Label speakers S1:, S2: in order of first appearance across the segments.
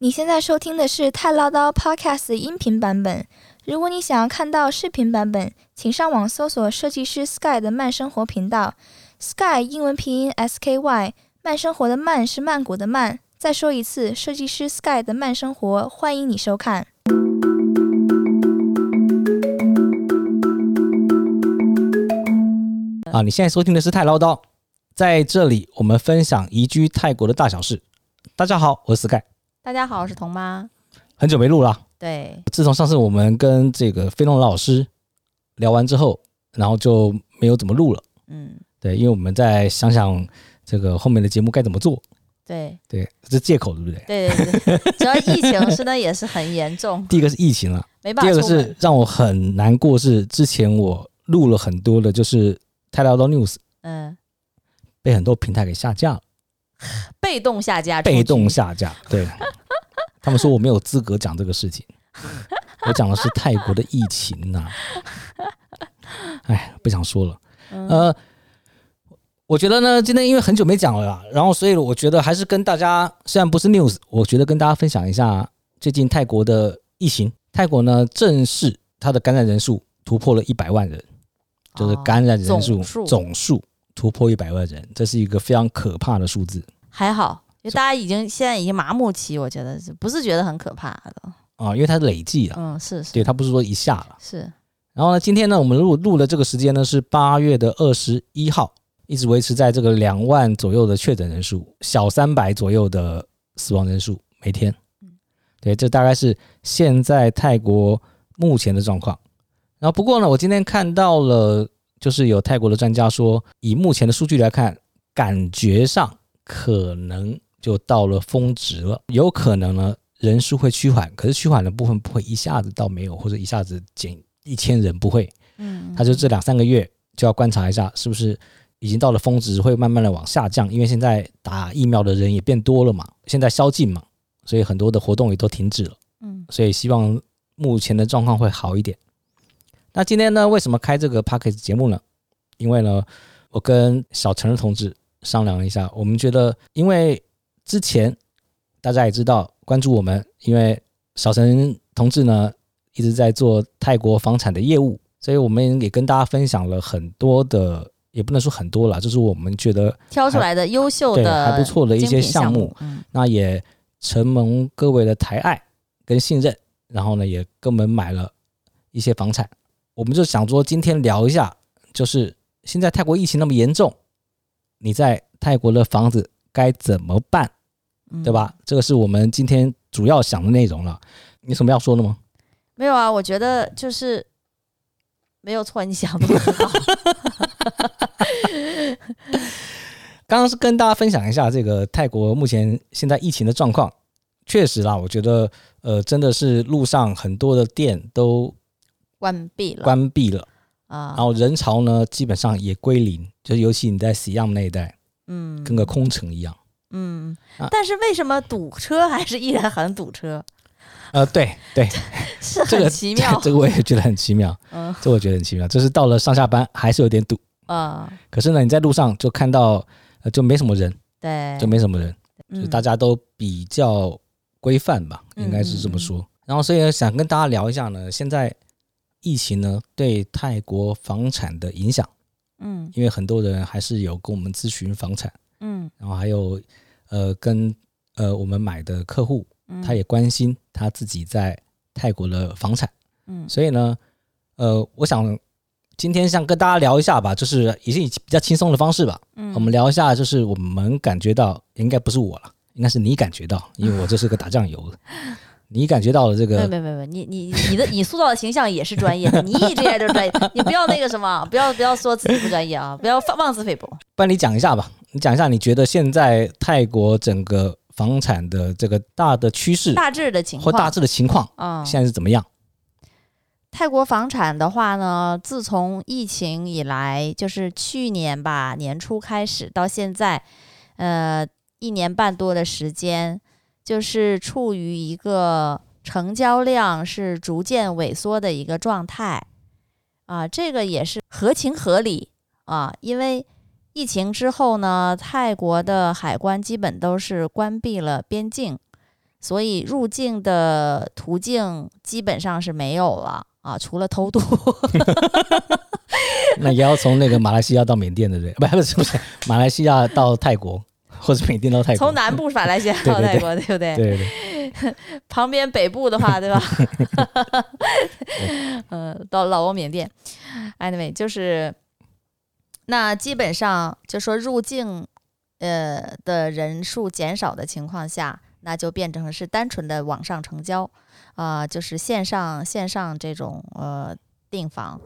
S1: 你现在收听的是《太唠叨 Podcast》音频版本。如果你想要看到视频版本，请上网搜索设计师 Sky 的慢生活频道。Sky 英文拼音 S K Y，慢生活的慢是曼谷的慢。再说一次，设计师 Sky 的慢生活，欢迎你收看。
S2: 啊，你现在收听的是《太唠叨》，在这里我们分享移居泰国的大小事。大家好，我是 Sky，
S3: 大家好，我是童妈。
S2: 很久没录了。啊
S3: 对，
S2: 自从上次我们跟这个飞龙老师聊完之后，然后就没有怎么录了。
S3: 嗯，
S2: 对，因为我们在想想这个后面的节目该怎么做。
S3: 对，
S2: 对，这借口对不对？
S3: 对对对，主要 疫情真的也是很严重，
S2: 第一个是疫情了，
S3: 没办
S2: 第
S3: 法
S2: 二个
S3: 出门。
S2: 是让我很难过，是之前我录了很多的，就是《泰唠叨 News》
S3: 嗯，
S2: 被很多平台给下架了，
S3: 被动下架，
S2: 被动，下架。 对，他们说我没有资格讲这个事情，我讲的是泰国的疫情呐、哎，不想说了。
S3: 嗯
S2: 呃，我觉得呢，今天因为很久没讲了啦，然后所以我觉得还是跟大家，虽然不是 news，我觉得跟大家分享一下最近泰国的疫情。泰国呢，正式它的感染人数突破了一百万人，就是
S3: 哦
S2: 感染人
S3: 总
S2: 数、
S3: 数
S2: 总数突破一百万人，这是一个非常可怕的数字。
S3: 还好，因为大家已经现在已经麻木期，我觉得是不是觉得很可怕的？
S2: 啊，因为它是累计啊，
S3: 嗯，是
S2: 对，
S3: 是
S2: 它不是说一下了。
S3: 是，
S2: 然后呢，今天呢，我们录录的这个时间呢是八月的二十一号，一直维持在这个两万左右的确诊人数，小三百左右的死亡人数每天。对，这大概是现在泰国目前的状况。然后不过呢，我今天看到了，就是有泰国的专家说，以目前的数据来看，感觉上可能就到了峰值了，有可能呢人数会趋缓，可是趋缓的部分不会一下子到没有，或者一下子减一千人不会，
S3: 嗯，
S2: 他就这两三个月就要观察一下，是不是已经到了峰值，会慢慢的往下降，因为现在打疫苗的人也变多了嘛，现在宵禁嘛，所以很多的活动也都停止了。
S3: 嗯
S2: 所以希望目前的状况会好一点。那今天呢，为什么开这个 p a c k a g e 节目呢？因为呢，我跟小陈同志商量了一下，我们觉得，因为之前大家也知道关注我们，因为小陈同志呢一直在做泰国房产的业务，所以我们也跟大家分享了很多的，也不能说很多啦，就是我们觉得
S3: 挑出来的优秀
S2: 对
S3: 的
S2: 还不错的一
S3: 精
S2: 些
S3: 品
S2: 项
S3: 项
S2: 目，
S3: 嗯，
S2: 那也承蒙各位的抬爱跟信任，然后呢，也跟我们买了一些房产。我们就想说，今天聊一下，就是现在泰国疫情那么严重，你在泰国的房子该怎么办，
S3: 嗯
S2: 对吧？？这个是我们今天主要想的内容了。你有什么要说的吗？
S3: 没有啊，我觉得就是没有错，你想的很好。
S2: 刚刚是跟大家分享一下这个泰国目前现在疫情的状况。确实啦，我觉得呃，真的是路上很多的店都
S3: 关闭了
S2: 关闭了。然
S3: 啊，
S2: 后人潮呢，基本上也归零，就是尤其你在 Siam 那一带，
S3: 嗯，
S2: 跟个空城一样。
S3: 嗯
S2: 啊，
S3: 但是为什么堵车还是依然很堵车？
S2: 呃，对对，
S3: 是
S2: 这个。
S3: 很奇妙
S2: 这个我也觉得很奇妙，
S3: 嗯
S2: 这我觉得很奇妙，就是到了上下班还是有点堵，
S3: 啊，
S2: 可是呢，你在路上就看到，呃，就没什么人，
S3: 对，
S2: 就没什么人，就是
S3: 嗯
S2: 大家都比较规范吧，
S3: 嗯
S2: 应该是这么说。然后，所以呢想跟大家聊一下呢，现在疫情呢对泰国房产的影响，
S3: 嗯
S2: 因为很多人还是有跟我们咨询房产。
S3: 嗯
S2: 然后还有呃跟呃我们买的客户，
S3: 嗯，
S2: 他也关心他自己在泰国的房产，
S3: 嗯
S2: 所以呢，呃，我想今天想跟大家聊一下吧，就是也是以比较轻松的方式吧，
S3: 嗯
S2: 我们聊一下，就是我们感觉到，应该不是我了，应该是你感觉到，因为我这是个打酱 油的，你感觉到了这
S3: 嗯没有
S2: 个
S3: 没有没有，你你你的你塑造的形象也是专业的，你一直以来就是专业，你不要那个什么，不要不要说自己不专业啊，不要妄妄自菲薄。
S2: 不然你讲一下吧，你讲一下，你觉得现在泰国整个房产的这个大的趋势
S3: 大致的情
S2: 或
S3: 况
S2: 大致的情况，
S3: 啊，
S2: 现在是怎么样？
S3: 泰国房产的话呢，自从疫情以来，就是去年吧年初开始到现在，呃，一年半多的时间，就是处于一个成交量是逐渐萎缩的一个状态，啊，这个也是合情合理啊，因为疫情之后呢，泰国的海关基本都是关闭了边境，所以入境的途径基本上是没有了啊，除 了偷渡。
S2: 那也要从那个马来西亚到缅甸的，对 不对？不是不是，马来西亚到泰国， 或者缅甸到泰国。
S3: 从南部马来西亚
S2: 对
S3: 到
S2: 对
S3: 泰国，对不对？
S2: 对对对，
S3: 旁边北部的话，对吧？呃，到老挝、缅甸，anyway，就是那基本上就说入境呃的人数减少的情况下，那就变成是单纯的网上成交啊、就是线上线上这种呃订房。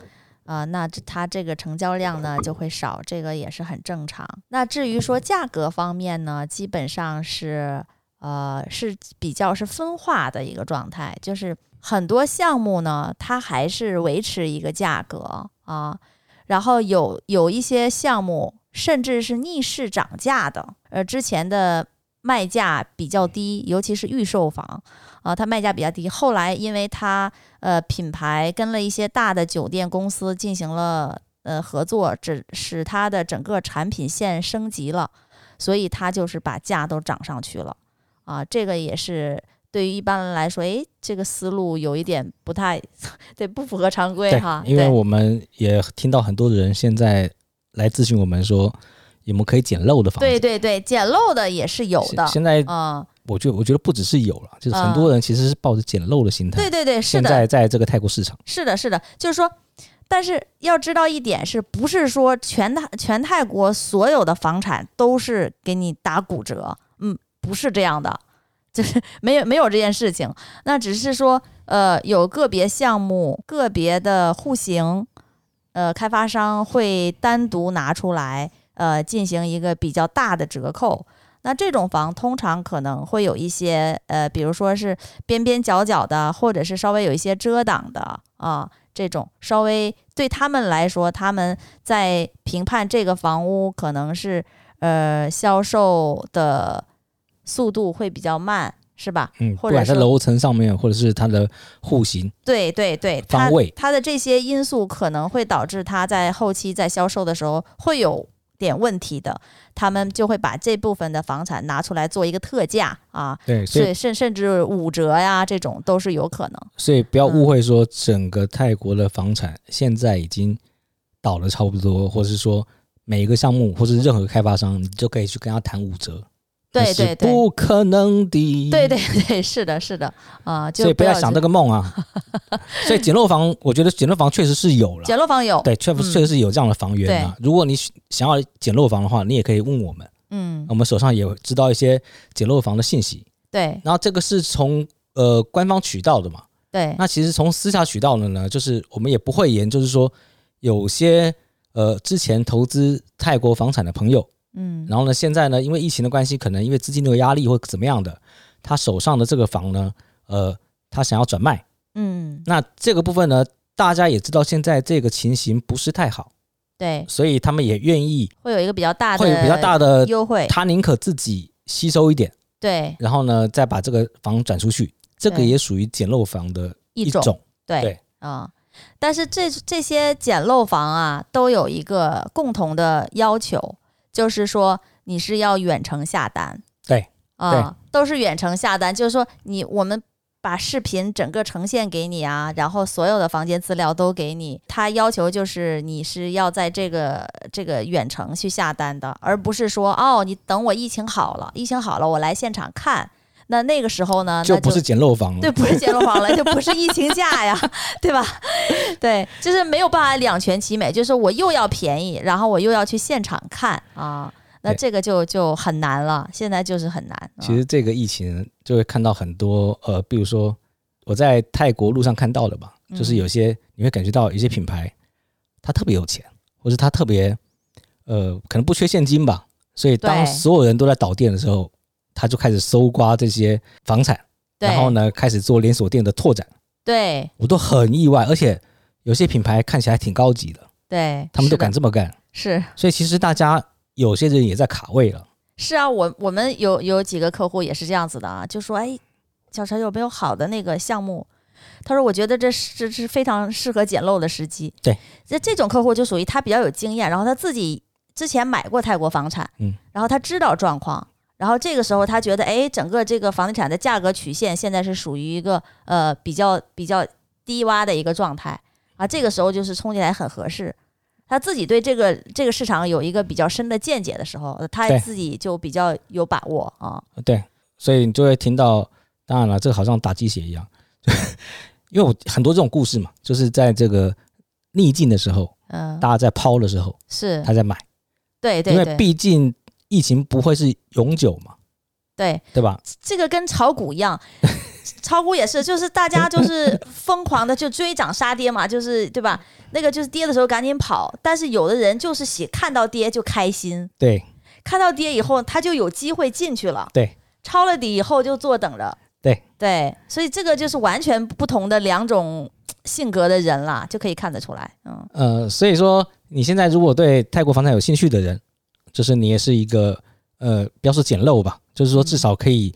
S3: 啊、那这它这个成交量呢就会少，这个也是很正常。那至于说价格方面呢，基本上是呃是比较是分化的一个状态，就是很多项目呢，它还是维持一个价格啊，然后有有一些项目甚至是逆势涨价的，呃，之前的卖价比较
S2: 嗯
S3: 低，尤其是预售房啊，它卖价比较低，后来因为它呃品牌跟了一些大的酒店公司进行了。呃，合作只使它的整个产品线升级了，所以它就是把价都涨上去了。啊，这个也是对于一般人来说，诶，这个思路有一点不太 对，不符合常规哈。
S2: 因为
S3: 对
S2: 我们也听到很多的人现在来咨询我们说，有没有可以捡漏的房子？
S3: 对对对，捡漏的也是有
S2: 现
S3: 的。
S2: 现在
S3: 嗯，
S2: 我觉得，我觉得不只是有了，就是很多人其实是抱着捡漏的心态。
S3: 对对对，是
S2: 现
S3: 的
S2: 在，在这个泰国市场，
S3: 是的，是的，就是说，但是要知道一点是，不是说全泰全泰国所有的房产都是给你打骨折？嗯，不是这样的，就是没有没有这件事情。那只是说，呃，有个别项目、个别的户型，呃，开发商会单独拿出来，呃，进行一个比较大的折扣。那这种房通常可能会有一些，呃，比如说是边边角角的，或者是稍微有一些遮挡的啊，这种稍微对他们来说，他们在评判这个房屋可能是呃销售的速度会比较慢，是吧？
S2: 嗯，不
S3: 或者
S2: 管在
S3: 说
S2: 楼层上面，或者是它的户型，
S3: 对对对，
S2: 方
S3: 它
S2: 位
S3: 它的这些因素可能会导致它在后期在销售的时候会有点问题的，他们就会把这部分的房产拿出来做一个特价啊，
S2: 对，所以
S3: 甚甚甚至五折呀，这种都是有可能。
S2: 所以不要
S3: 嗯
S2: 误会说整个泰国的房产现在已经倒了差不多，或是说每一个项目或是任何开发商，你就可以去跟他谈五折，
S3: 对
S2: 那是
S3: 对对，
S2: 不可能的，
S3: 对对对，是的，是的，啊、就
S2: 所以不要想
S3: 这
S2: 这个梦啊。 所以简陋房，我觉得简陋房确实是有了，
S3: 简陋房嗯有，
S2: 对，确确实是有这样的房源啊。如果你想要简陋房的话，你也可以问我们，
S3: 嗯，
S2: 我们手上也知道一些简陋房的信息。
S3: 对
S2: 然后这个是从呃官方渠道的嘛，
S3: 对，
S2: 那其实从私下渠道的呢，就是我们也不会言，就是说有些呃之前投资泰国房产的朋友，
S3: 嗯，
S2: 然后呢现在呢因为疫情的关系，可能因为资金的压力或怎么样的，他手上的这个房呢，呃，他想要转卖，
S3: 嗯，
S2: 那这个部分呢，大家也知道现在这个情形不是太好，
S3: 对，
S2: 所以他们也愿意
S3: 会有一个比较大的
S2: 会有比较大的，
S3: 优惠，
S2: 他宁可自己吸收一点，
S3: 对
S2: 然后呢再把这个房转出去，这个
S3: 对
S2: 也属于简陋房的
S3: 一
S2: 一
S3: 种，
S2: 种
S3: 对
S2: 对
S3: 啊、但是这这些简陋房啊，都有一个共同的要求，就是说你是要远程下单，
S2: 对
S3: 啊、
S2: 对
S3: 都是远程下单，就是说你我们。把视频整个呈现给你啊，然后所有的房间资料都给你。他要求就是你是要在这个这个远程去下单的，而不是说哦，你等我疫情好了，疫情好了我来现场看。那那个时候呢，
S2: 就
S3: 那
S2: 不是简陋房了。
S3: 对，不是简陋房 了，就不是疫情价呀， 对吧？对，就是没有办法两全其美，就是我又要便宜，然后我又要去现场看啊，那
S2: 对
S3: 这个就就很难了，现在就是很难。啊
S2: 其实这个疫情就会看到很多呃，比如说我在泰国路上看到的吧，
S3: 嗯
S2: 就是有些你会感觉到有些品牌，它特别有钱，或是它特别呃，可能不缺现金吧，所以当
S3: 对
S2: 所有人都在倒店的时候，他就开始搜刮这些房产，然后
S3: 对
S2: 呢开始做连锁店的拓展，
S3: 对
S2: 我都很意外，而且有些品牌看起来挺高级的，
S3: 对，
S2: 他们
S3: 是
S2: 都
S3: 的
S2: 敢这么干，
S3: 是
S2: 所以其实大家有些人也在卡位了，
S3: 是啊，我我们有有几个客户也是这样子的啊，就说哎，小陈有没有好的那个项目？他说我觉得这是这是非常适合捡漏的时机。
S2: 对，
S3: 这这种客户就属于他比较有经验，然后他自己之前买过泰国房产，
S2: 嗯，
S3: 然后他知道状况，然后这个时候他觉得，哎，整个这个房地产的价格曲线现在是属于一个呃比较比较低洼的一个状态啊，这个时候就是冲进来很合适。他自己对这个这个市场有一个比较深的见解的时候，他
S2: 对
S3: 自己就比较有把握啊。
S2: 对，所以你就会听到，当然了，这好像打鸡血一样， 因为我很多这种故事嘛，就是在这个逆境的时候，
S3: 嗯，
S2: 大家在抛的时候，
S3: 是
S2: 他在买，
S3: 对
S2: 因
S3: 对
S2: 为
S3: 对
S2: 毕竟疫情不会是永久嘛，
S3: 对，
S2: 对吧？
S3: 这个跟炒股一样， 炒股也是，就是大 家就是疯狂的就追涨杀跌嘛，就是对吧？那个就是跌的时候赶紧跑，但是有的人就是喜看到跌就开心，
S2: 对
S3: 看到跌以后他就有机会进去了，
S2: 对，
S3: 抄了底以后就坐等着，
S2: 对
S3: 对，所以这个就是完全不同的两种性格的人啦，就可以看得出来，嗯，
S2: 呃，所以说你现在如果对泰国房产有兴趣的人，就是你也是一个呃，不要说捡漏吧，就是
S3: 嗯
S2: 说至少可以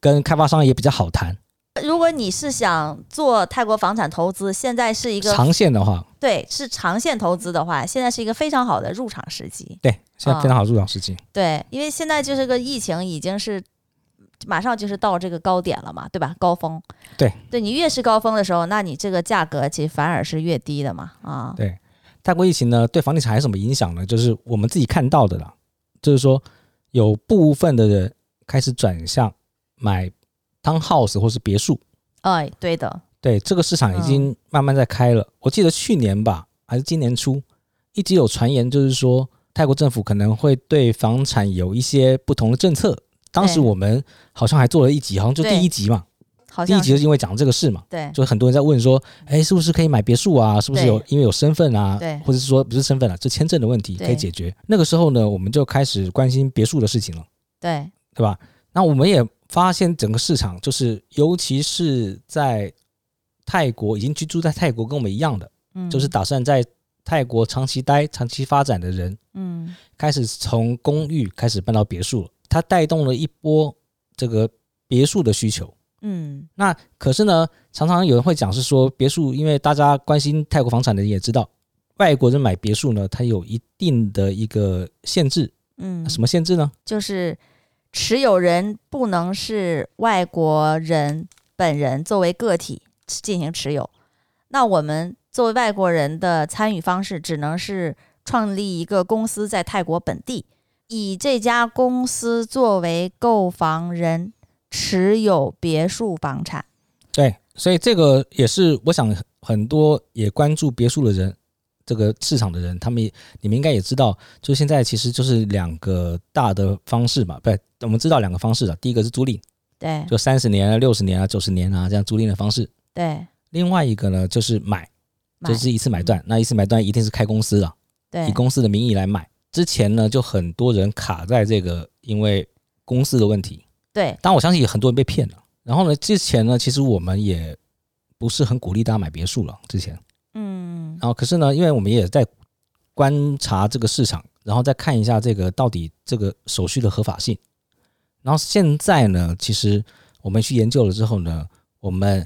S2: 跟开发商也比较好谈。
S3: 如果你是想做泰国房产投资，现在是一个
S2: 长线的话，
S3: 对是长线投资的话，现在是一个非常好的入场时机。
S2: 对，现
S3: 啊
S2: 在非常好入场时机。
S3: 对，因为现在就是个疫情，已经是马上就是到这个高点了嘛，对吧？高峰。
S2: 对，
S3: 对你越是高峰的时候，那你这个价格其实反而是越低的嘛，啊，
S2: 对，泰国疫情呢，对房地产还有什么影响呢？就是我们自己看到的啦，就是说有部分的人开始转向买 townhouse 或是别墅，
S3: 哎，对的，
S2: 对，这个市场已经慢慢在开了。我记得去年吧，还是今年初，一直有传言，就是说泰国政府可能会对房产有一些不同的政策。当时
S3: 对
S2: 我们好像还做了一集，好像就
S3: 对
S2: 第一集嘛，
S3: 好
S2: 第一
S3: 像
S2: 集就是因为讲这个事嘛，
S3: 对
S2: 就很多人在问说，哎，是不是可以买别墅啊？是不是有
S3: 对
S2: 因为有身份啊
S3: 对？
S2: 或者是说不是身份了、这签证的问题
S3: 对
S2: 可以解决。那个时候呢，我们就开始关心别墅的事情了，
S3: 对
S2: 对吧？那我们也发现整个市场，就是尤其是在泰国已经居住在泰国跟我们一样的，
S3: 嗯，
S2: 就是打算在泰国长期待、长期发展的人，
S3: 嗯，
S2: 开始从公寓开始搬到别墅了，它带动了一波这个别墅的需求。
S3: 嗯
S2: 那可是呢，常常有人会讲是说别墅，因为大家关心泰国房产的人也知道，外国人买别墅呢，它有一定的一个限制，
S3: 嗯，
S2: 什么限制呢？
S3: 就是持有人不能是外国人本人作为个体进行持有。那我们作为外国人的参与方式，只能是创立一个公司在泰国本地，以这家公司作为购房人，持有别墅房产。
S2: 对，所以这个也是我想很多也关注别墅的人，这个市场的人，他们也你们应该也知道，就现在其实就是两个大的方式嘛，不，我们知道两个方式啊了，第一个是租
S3: 嗯
S2: 赁，
S3: 对
S2: 就三十年啊、六十年啊、九十年啊这样租赁的方式，
S3: 对，
S2: 另外一个呢就是买，
S3: 买
S2: 就是一次买断，那一次买断一定是开公司了。啊以
S3: 对
S2: 公司的名义来买。之前呢，就很多人卡在这个，因为公司的问题。
S3: 对
S2: 当然，我相信有很多人被骗了。然后呢，之前呢，其实我们也不是很鼓励大家买别墅了。之前，
S3: 嗯
S2: 然后可是呢，因为我们也在观察这个市场，然后再看一下这个到底这个手续的合法性。然后现在呢，其实我们去研究了之后呢，我们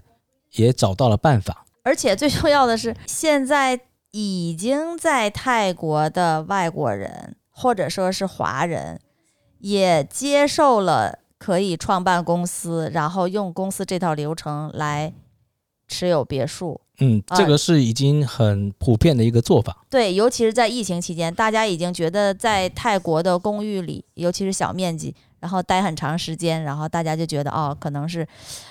S2: 也找到了办法。
S3: 而且最重要的是，现在已经在泰国的外国人或者说是华人，也接受了可以创办公司，然后用公司这套流程来持有别墅。
S2: 嗯，这
S3: 啊
S2: 个是已经很普遍的一个做法。
S3: 对，尤其是在疫情期间，大家已经觉得在泰国的公寓里，尤其是小面积，然后待很长时间，然后大家就觉得哦，可能是，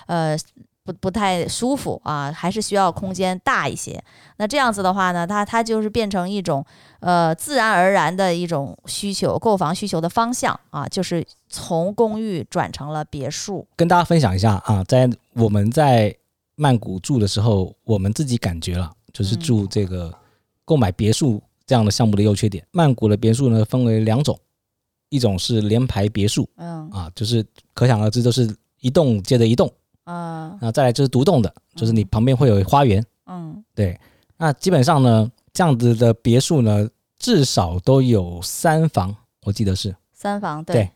S3: 呃，不不太舒服啊，还是需要空间大一些。那这样子的话呢，它它就是变成一种呃自然而然的一种需求，购房需求的方向啊，就是从公寓转成了别墅。
S2: 跟大家分享一下啊，在我们在曼谷住的时候，我们自己感觉了，就是
S3: 嗯
S2: 住这个购买别墅这样的项目的优缺点。曼谷的别墅呢分为两种，一种是联排别墅
S3: 嗯
S2: 啊，就是可想而知，就是一栋接着一栋，
S3: 啊
S2: 那再来就是独栋的，就是你旁边会有花园。
S3: 嗯
S2: 对，那基本上呢，这样子的别墅呢，至少都有三房，我记得是
S3: 三房
S2: 对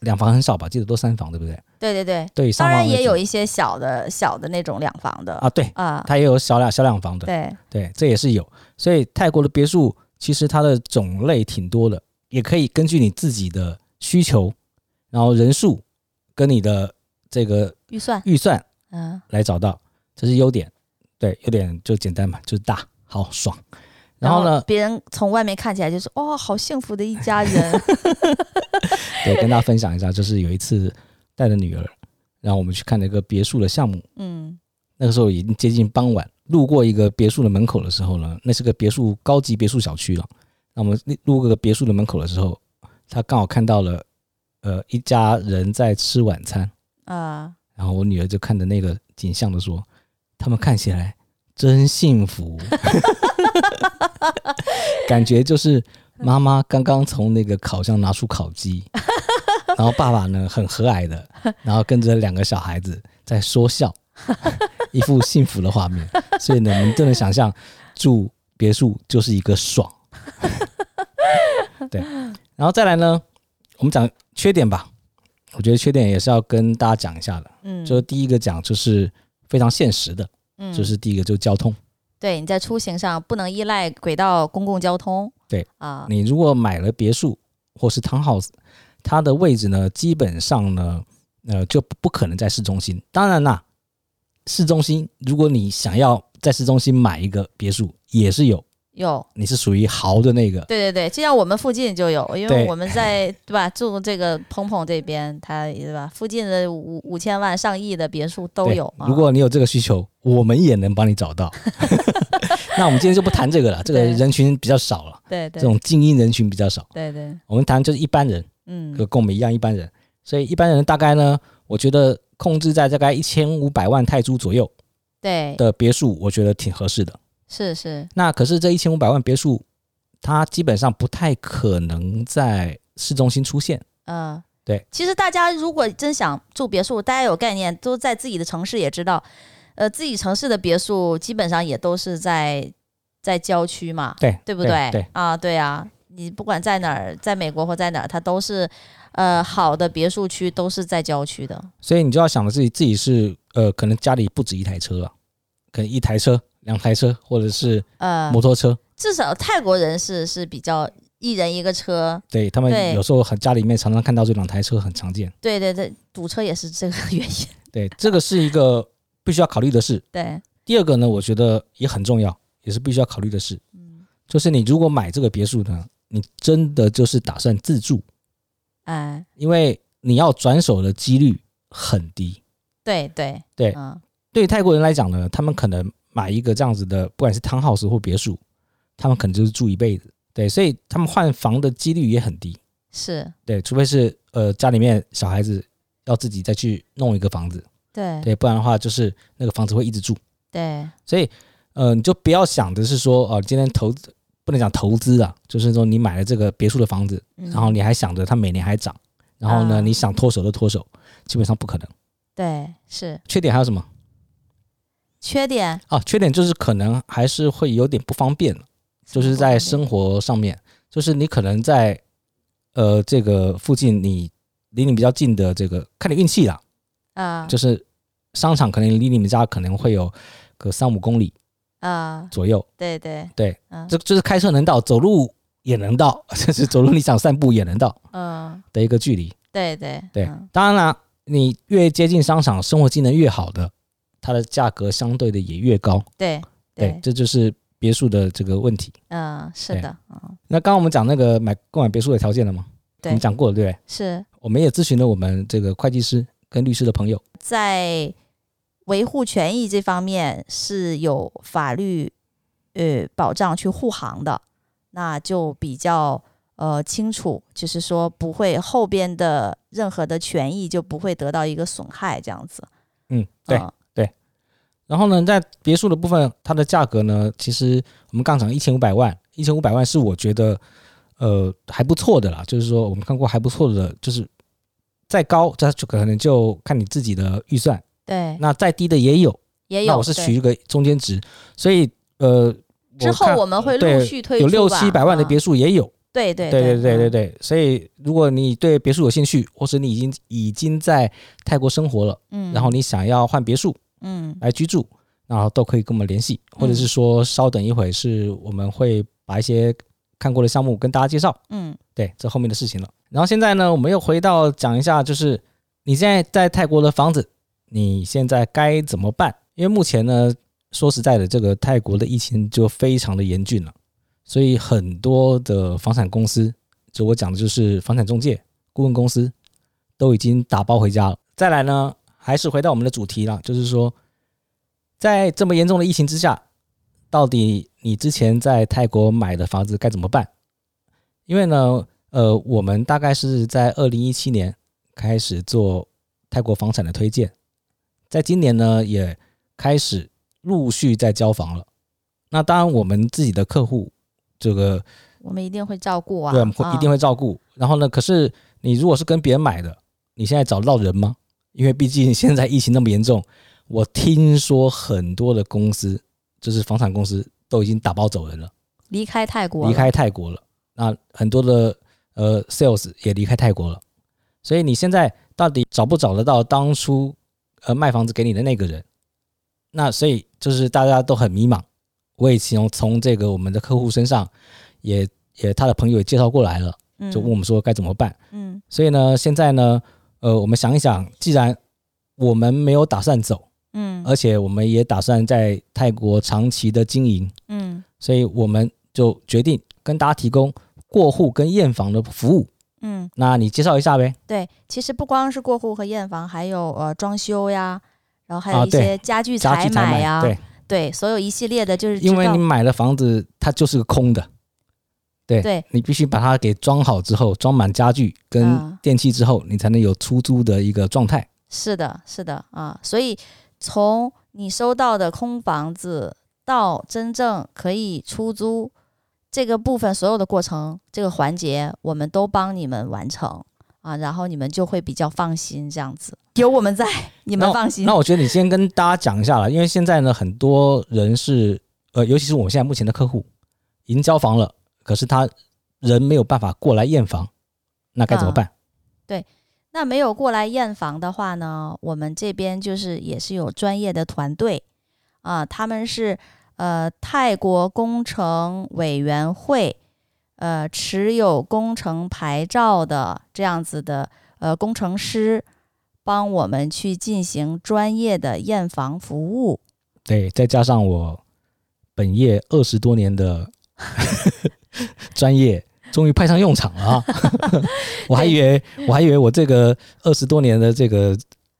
S2: 两房很少吧，记得都三房，对不对？
S3: 对对对。
S2: 对，上
S3: 当然
S2: 房为
S3: 也
S2: 主
S3: 有一些小的小的那种两房的
S2: 啊，对，
S3: 啊，
S2: 它也有小两小两房的。
S3: 对，
S2: 对，这也是有。所以泰国的别墅其实它的种类挺多的，也可以根据你自己的需求然后人数跟你的这个
S3: 预算，
S2: 预算
S3: 嗯，
S2: 来找到，这是优点。对，优点就简单嘛，就是大，好爽。然后呢，
S3: 别人从外面看起来就是哦，好幸福的一 家人，
S2: 对，跟大家分享一下，就是有一次带着女儿，然后我们去看了一个别墅的项目，
S3: 嗯
S2: 那个时候已经接近傍晚，路过一个别墅的门口的时候呢，那是个别墅高级别墅小区了。那我们路过个别墅的门口的时候，他刚好看到了，呃，一家人在吃晚餐。
S3: 啊，
S2: 然后我女儿就看着那个景象的说：“他们看起来真幸福， 感觉就是妈妈刚刚从那个烤箱拿出烤鸡，然后爸爸呢很和蔼的，然后跟着两个小孩子在说笑， 一副幸福的画面。所以呢，你们就能想象住别墅就是一个爽。 对，然后再来呢，我们讲缺点吧。我觉得缺点也是要跟大家讲一下的。
S3: 嗯，
S2: 就是第一个讲就是非常现实的，
S3: 嗯
S2: 就是第一个就是交通。
S3: 对你在出行上不能依赖轨道公共交通，
S2: 对
S3: 啊，
S2: 你如果买了别墅或是 townhouse，它的位置呢，基本上呢，呃，就不不可能在市中心。当然啦，市中心如果你想要在市中心买一个别墅，也是有，
S3: 有，
S2: 你是属于豪的那个。
S3: 对对对，就像我们附近就有，因为
S2: 对
S3: 我 们在对吧住这个鹏鹏这边，他对吧附近的五五千万上亿的别墅都
S2: 对
S3: 有啊。
S2: 如果你有这个需求，我们也能帮你找 到。那我们今天就不谈这个了，这个
S3: 对
S2: 人群比较少了，
S3: 对对
S2: 这种精英人群比较少。
S3: 对对，
S2: 我们谈就是一般人，
S3: 嗯
S2: 就跟我们一样一般人，所以一般人大概呢，我觉得控制在大概一千五百万泰铢左右
S3: 对
S2: 的别墅，我觉得挺合适的。
S3: 是是，
S2: 那可是这一千五百万别墅，它基本上不太可能在市中心出现。
S3: 嗯。
S2: 对，
S3: 其实大家如果真想住别墅，大家有概念，都在自己的城市也知道，呃，自己城市的别墅基本上也都是在在郊区嘛，
S2: 对，
S3: 对不
S2: 对？
S3: 啊，对啊，你不管在哪儿，在美国或在哪儿，它都是，呃，好的别墅区都是在郊区的。
S2: 所以你就要想着自己自己是呃，可能家里不止一台车啊，可能一台车、两台车，或者是
S3: 呃
S2: 摩，托车。
S3: 至少泰国人是是比较一人一个车，
S2: 对他们
S3: 对
S2: 有时候很家里面常常看到这两台车很常见。
S3: 对对 对，堵车也是这个原因。
S2: 对，这个是一个必须要考虑的事。
S3: 对，
S2: 第二个呢，我觉得也很重要，也是必须要考虑的事，
S3: 嗯，
S2: 就是你如果买这个别墅呢，你真的就是打算自住，
S3: 哎，
S2: 因为你要转手的几率很低。
S3: 对对
S2: 对
S3: 嗯
S2: 对于泰国人来讲呢，他们可能买一个这样子的，不管是 townhouse 或别墅，他们可能就是住一辈子。对，所以他们换房的几率也很低。
S3: 是，
S2: 对，除非是呃家里面小孩子要自己再去弄一个房子，
S3: 对
S2: 对，不然的话就是那个房子会一直住。
S3: 对
S2: 所以，呃，你就不要想的是说，哦、今天投资不能讲投资啊，就是说你买了这个别墅的房子，
S3: 嗯
S2: 然后你还想着它每年还涨，然后呢，
S3: 啊
S2: 你想脱手就脱手，基本上不可能。
S3: 对是
S2: 缺点还有什么
S3: 缺点，
S2: 啊？缺点就是可能还是会有点不方便了，就是在
S3: 生
S2: 生活上面，就是你可能在呃这个附近你，离你比较近的这个，看你运气啦，
S3: 啊
S2: 就是商场可能离你们家可能会有个三五公里
S3: 啊，
S2: 左右，
S3: 对对
S2: 对，
S3: 嗯
S2: 这就是开车能到，走路也能到， 就是走路你想散步也能到
S3: 嗯，
S2: 的一个距离。
S3: 对对
S2: 对，
S3: 嗯
S2: 当然啦，你越接近商场，生活机能越好的，它的价格相对的也越高。
S3: 对
S2: 对，
S3: 对，
S2: 这就是别墅的这个问题。
S3: 嗯是
S2: 对
S3: 的，嗯
S2: 那刚刚我们讲那个买购买别墅的条件了吗？
S3: 对
S2: 我们讲过了，对不对？
S3: 是
S2: 我们也咨询了我们这个会计师跟律师的朋友。
S3: 在维护权益这方面是有法律呃保障去护航的，那就比较呃清楚，就是说不会后边的任何的权益就不会得到一个损害，这样子。
S2: 嗯，对。
S3: 嗯
S2: 然后呢，在别墅的部分，它的价格呢，其实我们刚讲一千五百万，一千五百万是我觉得呃还不错的啦，就是说我们看过还不错的，就是再高，这就可能就看你自己的预算，
S3: 对，
S2: 那再低的也有，
S3: 哎也有。
S2: 那我是
S3: 对
S2: 取一个中间值，所以呃，
S3: 之后
S2: 看
S3: 我们会陆
S2: 对
S3: 续推出
S2: 有
S3: 吧
S2: 六七百万的别
S3: 嗯
S2: 墅也有，
S3: 对对
S2: 对对
S3: 对
S2: 对对
S3: 嗯
S2: 对，所以如果你对别墅有兴趣，或是你已经已经在泰国生活了，
S3: 嗯，
S2: 然后你想要换别墅，
S3: 嗯
S2: 来居住，然后都可以跟我们联系，或者是说稍等一会儿，是我们会把一些看过的项目跟大家介绍。
S3: 嗯
S2: 对，这后面的事情了。然后现在呢，我们又回到讲一下，就是你现在在泰国的房子，你现在该怎么办？因为目前呢，说实在的，这个泰国的疫情就非常的严峻了，所以很多的房产公司，就我讲的就是房产中介、顾问公司，都已经打包回家了。再来呢，还是回到我们的主题啦，就是说，在这么严重的疫情之下，到底你之前在泰国买的房子该怎么办？因为呢，呃，我们大概是在二零一七年开始做泰国房产的推荐，在今年呢也开始陆续在交房了。那当然，我们自己的客户这个
S3: 我们一定会照顾啊，
S2: 对，我们会一定
S3: 会。
S2: 会照顾。然后呢，可是你如果是跟别人买的，你现在找得到人吗？因为毕竟现在疫情那么严重，我听说很多的公司，就是房产公司都已经打包走人了。
S3: 离开泰国了，
S2: 离开泰国了，那很多的呃 sales 也离开泰国了，所以你现在到底找不找得到当初呃卖房子给你的那个人？那所以就是大家都很迷茫。我也从从这个我们的客户身上，也也他的朋友也介绍过来了，
S3: 嗯，
S2: 就问我们说该怎么办。
S3: 嗯
S2: 所以呢，现在呢，呃，我们想一想，既然我们没有打算走，
S3: 嗯
S2: 而且我们也打算在泰国长期的经营，
S3: 嗯
S2: 所以我们就决定跟大家提供过户跟验房的服务。
S3: 嗯，
S2: 那你介绍一下呗？
S3: 对，其实不光是过户和验房，还有呃装修呀，然后还
S2: 啊
S3: 有一
S2: 对
S3: 些家具
S2: 家具采
S3: 买呀，
S2: 对，
S3: 对所有一系列的，就是
S2: 因
S3: 知
S2: 为
S3: 道
S2: 你买了房子，它就是个空的，对
S3: 对
S2: 你必须把它给装好之后，装满家具跟
S3: 啊
S2: 电器之后，你才能有出租的一个状态。
S3: 是的，是的啊，所以从你收到的空房子到真正可以出租这个部分，所有的过程这个环节，我们都帮你们完成啊，然后你们就会比较放心，这样子有我们在，你
S2: 那
S3: 们
S2: 我
S3: 放心
S2: 那。我觉得你先跟大家讲一下了，因为现在呢，很多人是呃，尤其是我们现在目前的客户，已经交房了，可是他人没有办法过来验房，那该怎么
S3: 啊
S2: 办？
S3: 那没有过来验房的话呢，我们这边就是也是有专业的团队啊，他们是呃泰国工程委员会呃持有工程牌照的这样子的呃工程师，帮我们去进行专业的验房服务。
S2: 对，再加上我本业二十多年的 专业，终于派上用场了啊！ 我还以为我还以为我这个二十多年的这个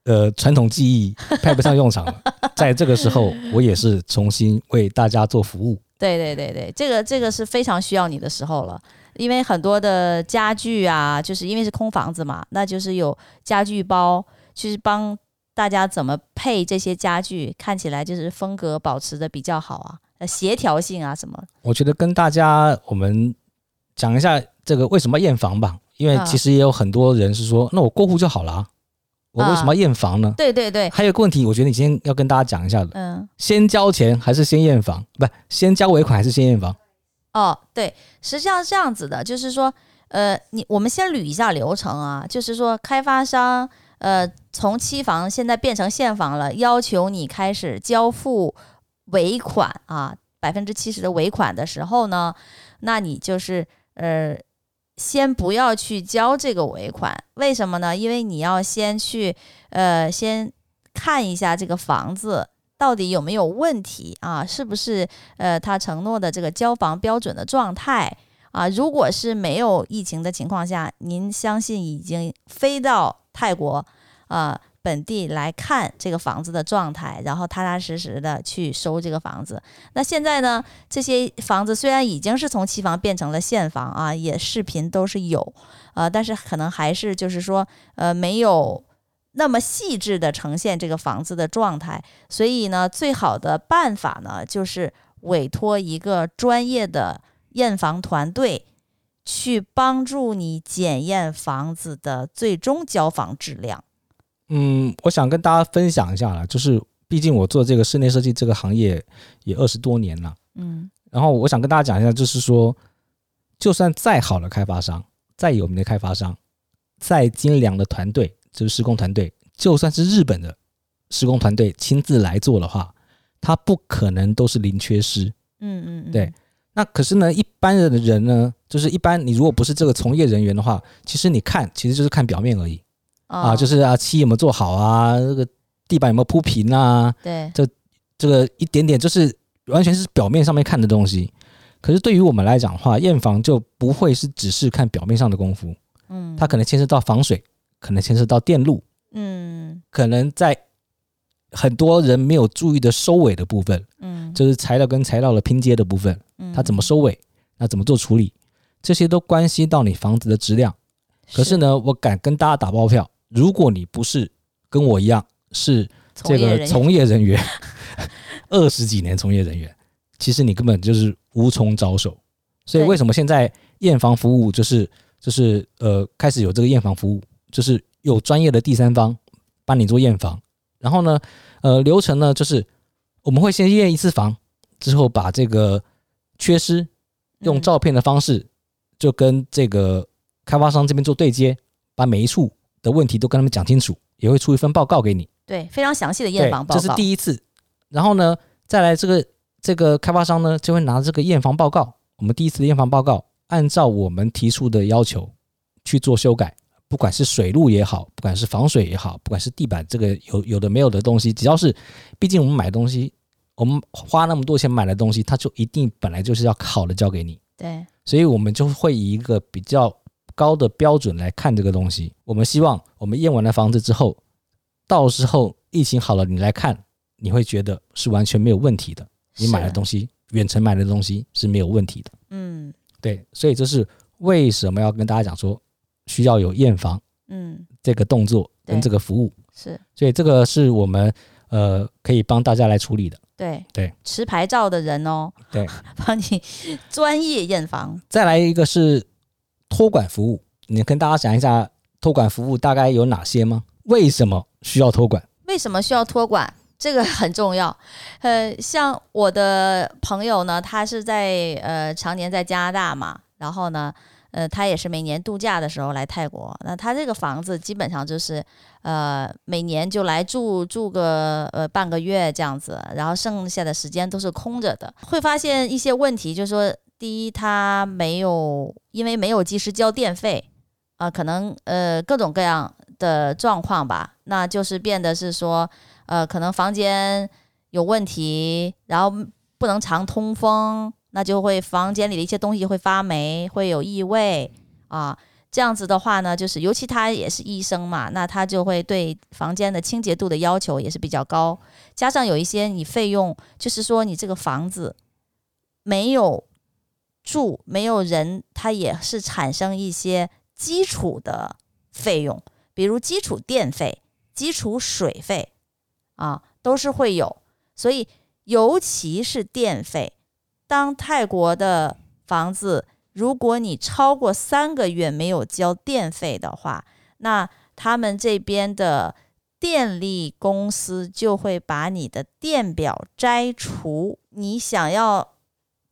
S2: 呃传统技艺派不上用场了，在这个时候，我也是重新为大家做服务。
S3: 对对对对，这个这个是非常需要你的时候了，因为很多的家具啊，就是因为是空房子嘛，那就是有家具包，就是帮大家怎么配这些家具，看起来就是风格保持的比较好啊，呃，协调性啊什么，
S2: 我觉得跟大家我们讲一下这个为什么要验房吧，因为
S3: 啊
S2: 其实也有很多人是说，那我过户就好了啊，我为什么要验房呢？
S3: 对对对，
S2: 还有一个问题，我觉得你今天要跟大家讲一下的，
S3: 嗯。
S2: 先交钱还是先验房？不，先交尾款还是先验房？
S3: 哦，对，实际上是这样子的，就是说，呃，你我们先捋一下流程啊，就是说，开发商呃从期房现在变成现房了，要求你开始交付尾款啊，百分之七十的尾款的时候呢，那你就是呃。先不要去交这个尾款，为什么呢？因为你要先去，呃，先看一下这个房子到底有没有问题啊，是不是呃他承诺的这个交房标准的状态啊，如果是没有疫情的情况下，您相信已经飞到泰国呃本地来看这个房子的状态，然后踏踏实实的去收这个房子。那现在呢，这些房子虽然已经是从期房变成了现房啊，也视频都是有，呃，但是可能还是就是说呃没有。那么细致的呈现这个房子的状态，所以呢，最好的办法呢，就是委托一个专业的验房团队去帮助你检验房子的最终交房质量。
S2: 嗯，我想跟大家分享一下啦，就是毕竟我做这个室内设计这个行业也二十多年了，
S3: 嗯
S2: 然后我想跟大家讲一下，就是说，就算再好的开发商、再有名的开发商、再精良的团队，就是施工团队，就算是日本的施工团队亲自来做的话，它不可能都是零缺失。
S3: 嗯嗯，嗯
S2: 对，那可是呢，一般的人呢，就是一般你如果不是这个从业人员的话，其实你看其实就是看表面而已、
S3: 哦
S2: 啊，就是是啊漆有没有做好啊，这个地板有没有铺平啊，
S3: 对，
S2: 这个一点点就是完全是表面上面看的东西。可是对于我们来讲的话，验房就不会是只是看表面上的功夫，
S3: 嗯，
S2: 它可能牵涉到防水，可能牵涉到电路，
S3: 嗯
S2: 可能在很多人没有注意的收尾的部分，
S3: 嗯，
S2: 就是材料跟材料的拼接的部分。它怎么收尾，那怎么做处理，这些都关系到你房子的质量。
S3: 嗯？
S2: 可是呢，我敢跟大家打包票，如果你不是跟我一样是
S3: 从
S2: 这
S3: 业人
S2: 个
S3: 员，嗯
S2: 从业人员， 二十几年从业人员，其实你根本就是无从招手。所以
S3: 对
S2: 为什么现在验房服务就是就是呃开始有这个验房服务，就是有专业的第三方帮你做验房，然后呢，呃流程呢就是我们会先验一次房，之后把这个缺失用
S3: 嗯
S2: 照片的方式，就跟这个开发商这边做对接，把每一处的问题都跟他们讲清楚，也会出一份报告给你。
S3: 对非常详细的验
S2: 对
S3: 房，报
S2: 这
S3: 告，
S2: 是第一次。然后呢，再来这个这个开发商呢，就会拿这个验房报告，我们第一次的验房报告，按照我们提出的要求去做修改，不管是水路也好，不管是防水也好，不管是地板这个有有的没有的东西，只要是，毕竟我们买东西，我们花那么多钱买的东西，它就一定本来就是要好的交给你。
S3: 对，
S2: 所以我们就会以一个比较高的标准来看这个东西。我们希望我们验完了房子之后，到时候疫情好了，你来看，你会觉得是完全没有问题的。你买的
S3: 是
S2: 东西，远程买的东西是没有问题的。
S3: 嗯
S2: 对，所以这是为什么要跟大家讲说，需要有验房
S3: 嗯
S2: 这个动作跟
S3: 对
S2: 这个服务。
S3: 是
S2: 所以这个是我们呃可以帮大家来处理的。
S3: 对
S2: 对，
S3: 持牌照的人哦，
S2: 对，
S3: 帮你专业验房，
S2: 再来一个是托管服务，你跟大家讲一下托管服务大概有哪些吗？为什么需要托管？
S3: 为什么需要托管？这个很重要。 呃，像我的朋友呢，他是在呃常年在加拿大嘛，然后呢，呃，他也是每年度假的时候来泰国。那他这个房子基本上就是呃每年就来住住个呃半个月这样子，然后剩下的时间都是空着的。会发现一些问题，就是说，第一，他没有因为没有及时交电费，啊、可能呃各种各样的状况吧，那就是变得是说，呃，可能房间有问题，然后不能常通风，那就会房间里的一些东西会发霉，会有异味啊。这样子的话呢，就是尤其他也是医生嘛，那他就会对房间的清洁度的要求也是比较高，加上有一些你费用，就是说你这个房子没有住没有人，它也是产生一些基础的费用，比如基础电费、基础水费啊，都是会有。所以，尤其是电费，当泰国的房子，如果你超过三个月没有交电费的话，那他们这边的电力公司就会把你的电表摘除。你想要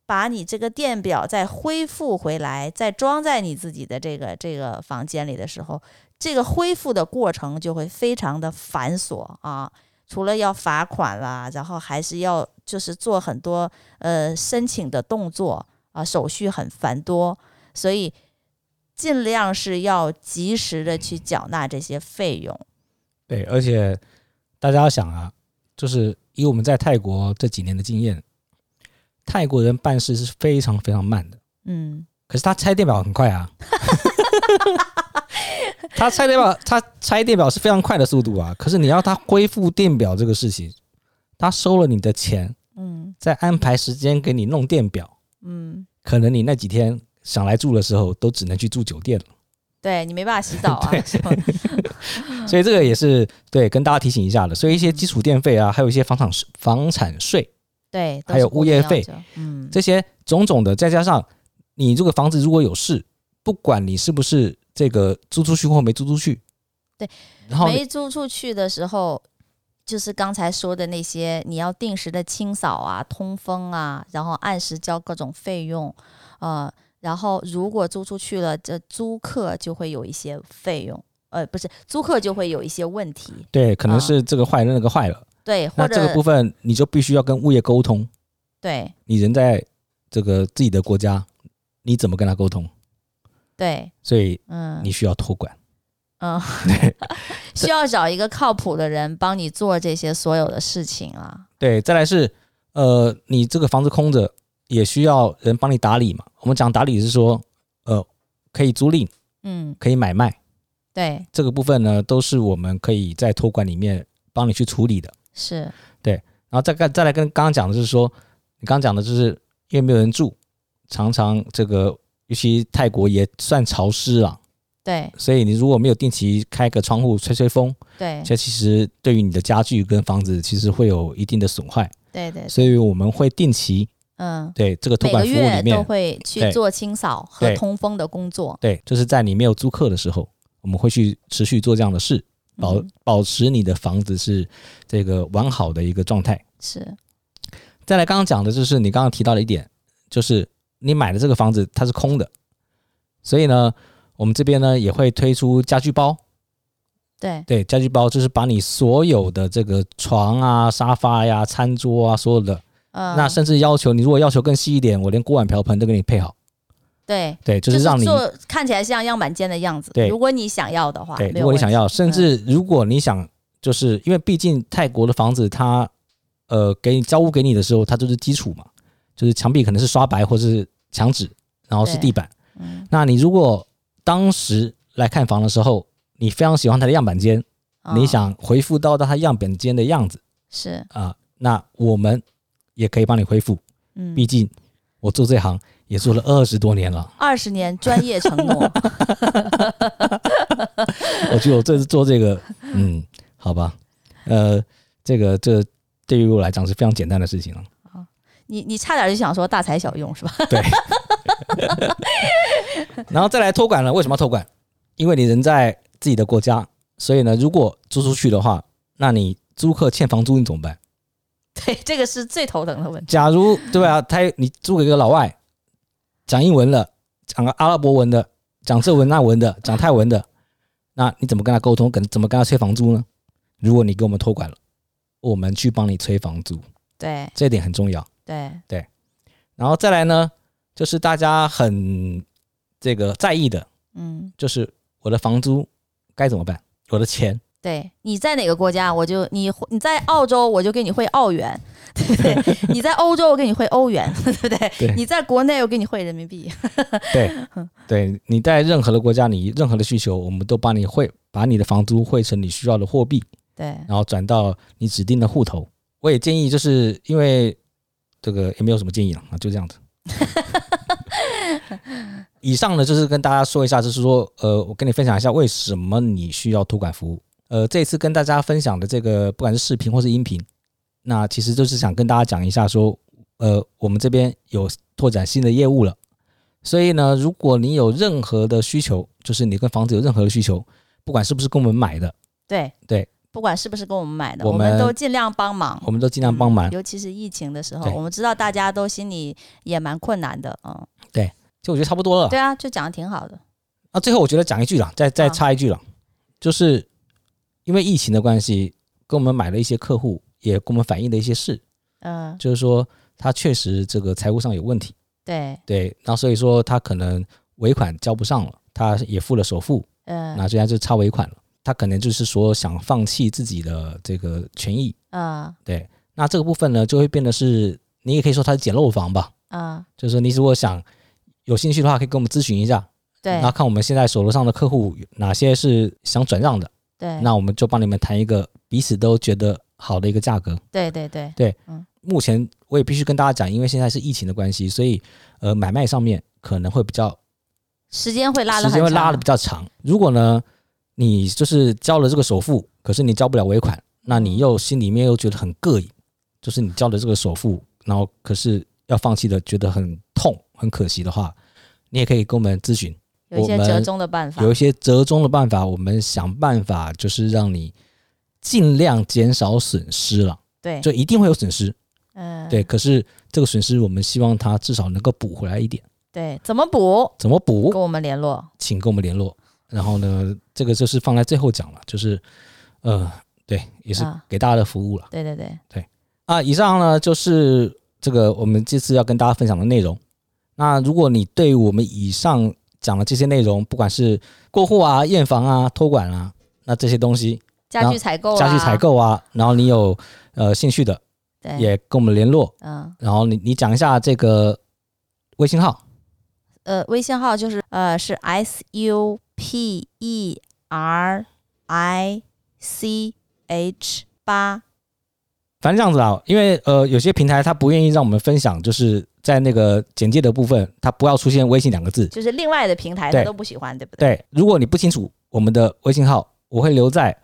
S3: 把你这个电表再恢复回来，再装在你自己的这个这个房间里的时候，这个恢复的过程就会非常的繁琐啊。除了要罚款啦，然后还是要就是做很多呃申请的动作啊，手续很繁多，所以尽量是要及时的去缴纳这些费用。
S2: 对，而且大家要想啊，就是以我们在泰国这几年的经验，泰国人办事是非常非常慢的，
S3: 嗯，
S2: 可是他拆电表很快 啊。他拆电表，他拆电表是非常快的速度啊。可是你要他恢复电表这个事情，他收了你的钱，
S3: 嗯
S2: 再安排时间给你弄电表，
S3: 嗯，
S2: 可能你那几天想来住的时候，都只能去住酒店了。
S3: 对你没办法洗澡 啊，是吧嗯
S2: 所以这个也是对跟大家提醒一下的。所以一些基础电费啊，还有一些房产税房产税
S3: 对，都
S2: 还有
S3: 是固
S2: 物业
S3: 定要
S2: 费
S3: 求，嗯，
S2: 这些种种的，再加上你这个房子如果有事，不管你是不是这个租出去或没租出去，
S3: 对，
S2: 然后你
S3: 没租出去的时候，就是刚才说的那些，你要定时的清扫啊、通风啊，然后按时交各种费用，呃，然后如果租出去了，这租客就会有一些费用，呃，不是租客就会有一些问题，
S2: 对，可能
S3: 啊
S2: 是这个坏了那个坏了，
S3: 对，或
S2: 那这个
S3: 者
S2: 部分你就必须要跟物业沟通，
S3: 对
S2: 你人在这个自己的国家，你怎么跟他沟通？
S3: 对，
S2: 所以
S3: 嗯，
S2: 你需要托管。
S3: 嗯，
S2: 对
S3: 需要找一个靠谱的人帮你做这些所有的事情啊了。
S2: 对，再来是呃，你这个房子空着，也需要人帮你打理嘛。我们讲打理是说，呃，可以租赁，
S3: 嗯，
S2: 可以买卖，
S3: 对，
S2: 这个部分呢，都是我们可以在托管里面帮你去处理的。
S3: 是，
S2: 然后再跟再来跟刚刚讲的就是说，你刚刚讲的就是因为没有人住，常常这个尤其泰国也算潮湿啊，
S3: 对
S2: 所以你如果没有定期开个窗户吹吹风，
S3: 对
S2: 这其实对于你的家具跟房子其实会有一定的损害。
S3: 对对，
S2: 所以我们会定期
S3: 嗯，
S2: 对这个托
S3: 每
S2: 管
S3: 个
S2: 服务里
S3: 月都
S2: 面，
S3: 会去
S2: 对
S3: 做清扫和
S2: 对
S3: 通风的工作，
S2: 对，就是在你没有租客的时候，我们会去持续做这样的事，保、
S3: 嗯、
S2: 保持你的房子是这个完好的一个状态。
S3: 是，
S2: 再来，刚刚讲的就是你刚刚提到的一点，就是你买的这个房子它是空的，所以呢，我们这边呢也会推出家具包。
S3: 对
S2: 对，家具包就是把你所有的这个床啊、沙发呀、餐桌啊，所有的，
S3: 嗯，
S2: 那甚至要求你如果要求更细一点，我连锅碗瓢盆都给你配好。
S3: 对，
S2: 对，就
S3: 就是
S2: 让你
S3: 做看起来像样板间的样子。
S2: 对
S3: 如果你想要的话，
S2: 对，
S3: 没
S2: 如
S3: 有
S2: 果你
S3: 问
S2: 想
S3: 题嗯
S2: 要，甚至如果你想，就是因为毕竟泰国的房子它，呃，给你交屋给你的时候，它就是基础嘛，就是墙壁可能是刷白或是墙纸，然后是
S3: 对
S2: 地板。
S3: 嗯，
S2: 那你如果当时来看房的时候，你非常喜欢它的样板间，
S3: 哦
S2: 你想回复到它样板间的样子
S3: 是，
S2: 啊、那我们也可以帮你恢复。
S3: 嗯，
S2: 毕竟我做这行也做了二十多年了，
S3: 二十年专业承诺，
S2: 我觉得我这次做这个，嗯，好吧，呃，这个这对于我来讲是非常简单的事情了。
S3: 你你差点就想说大材小用是吧？
S2: 然后再来托管了，为什么要托管？因为你人在自己的国家，所以呢，如果租出去的话，那你租客欠房租你怎么办？
S3: 对，这个是最头疼的问题。
S2: 假如对吧、他你租给一个老外，讲英文的，讲个阿拉伯文的，讲这文那文的，讲泰文的，那你怎么跟他沟通？跟怎么跟他催房租呢？如果你给我们托管了，我们去帮你催房租，
S3: 对
S2: 这一点很重要。
S3: 对，
S2: 然后再来呢，就是大家很这个在意的，
S3: 嗯，
S2: 就是我的房租该怎么办，我的钱。
S3: 对，你在哪个国家，我就你你在澳洲，我就给你汇澳元， 对不对？你在欧洲，我给你汇欧元， 对不对？
S2: 对
S3: 你在国内，我给你汇人民币。
S2: 对你在任何的国家，你任何的需求，我们都帮你汇，把你的房租汇成你需要的货币，
S3: 对，
S2: 然后转到你指定的户头。我也建议，就是因为这个也没有什么建议了啊，就这样子。以上呢，就是跟大家说一下，就是说，呃，我跟你分享一下为什么你需要托管服务。呃，这次跟大家分享的这个，不管是视频或是音频，那其实就是想跟大家讲一下，说，呃，我们这边有拓展新的业务了。所以呢，如果你有任何的需求，就是你跟房子有任何的需求，不管是不是跟我们买的，
S3: 对
S2: 对，
S3: 不管是不是跟我们买的，
S2: 我
S3: 我们
S2: 们
S3: 都尽量帮忙，
S2: 我们都尽量帮忙
S3: 嗯。尤其是疫情的时候，
S2: 对啊
S3: 我们知道大家都心里也蛮困难的，嗯，
S2: 就我觉得差不多了。
S3: 对啊，就讲的挺好的，
S2: 啊，最后我觉得讲一句啦，再再
S3: 啊
S2: 插一句啦，就是因为疫情的关系，跟我们买了一些客户，也跟我们反映的一些事，
S3: 嗯、
S2: 就是说他确实这个财务上有问题，
S3: 对，
S2: 对，那所以说他可能尾款交不上了，他也付了首付，
S3: 嗯、
S2: 那现在就差尾款了，他可能就是说想放弃自己的这个权益，
S3: 嗯
S2: 对，那这个部分呢就会变得是，你也可以说它是捡漏房吧，
S3: 嗯，
S2: 就是说你如果想有兴趣的话，可以跟我们咨询一下，
S3: 对
S2: 然后看我们现在手头上的客户有哪些是想转让的，
S3: 对，
S2: 那我们就帮你们谈一个彼此都觉得好的一个价格。
S3: 对对对，
S2: 目前我也必须跟大家讲，因为现在是疫情的关系，所以呃买卖上面可能会比较
S3: 时间会拉的
S2: 时间会拉的比较长。如果呢你就是交了这个首付，可是你交不了尾款，那你又心里面又觉得很膈应，就是你交了这个首付，然后可是要放弃的，觉得很痛很可惜的话，你也可以跟我们咨询。
S3: 有一些
S2: 我们
S3: 折中的办法
S2: 有，一些折中的办法，我们想办法就是让你尽量减少损失了，
S3: 对，
S2: 就一定会有损失，
S3: 嗯，
S2: 对。可是这个损失，我们希望它至少能够补回来一点。
S3: 对，怎么补？
S2: 怎么补
S3: 跟？我们联络，
S2: 请跟我们联络。然后呢，这个就是放在最后讲了，就是呃，对，也是
S3: 啊
S2: 给大家的服务了
S3: 对对对，
S2: 啊。以上呢就是这个我们这次要跟大家分享的内容。那如果你对我们以上讲的这些内容，不管是过户啊、验房啊、托管啊，那这些东西
S3: 家具采购、啊，哎
S2: 家具采，购啊，然后你有呃兴趣的，
S3: 对，
S2: 也跟我们联络。
S3: 嗯，
S2: 然后你你讲一下这个微信号，
S3: 呃，微信号就是呃是 S U P E R I C H 八，
S2: 反正这样子啊，因为呃有些平台它不愿意让我们分享，就是在那个简介的部分，它不要出现微信两个字。
S3: 就是另外的平台
S2: 对
S3: 他都不喜欢，对不对？
S2: 对，如果你不清楚我们的微信号，我会留在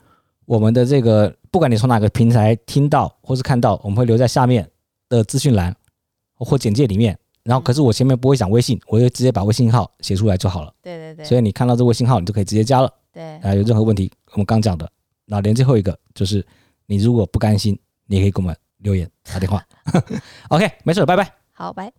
S2: 我们的这个，不管你从哪个平台听到或是看到，我们会留在下面的资讯栏或简介里面。然后，可是我前面不会讲微信，我就直接把微信号写出来就好了。
S3: 对对
S2: 所
S3: 对
S2: 以你看到这微信号，你就可以直接加了。
S3: 对
S2: 啊，有任何问题，我们刚讲的，那连最后一个就是，你如果不甘心，你也可以给我们留言打电话。OK，没事了，拜拜。
S3: 好，拜。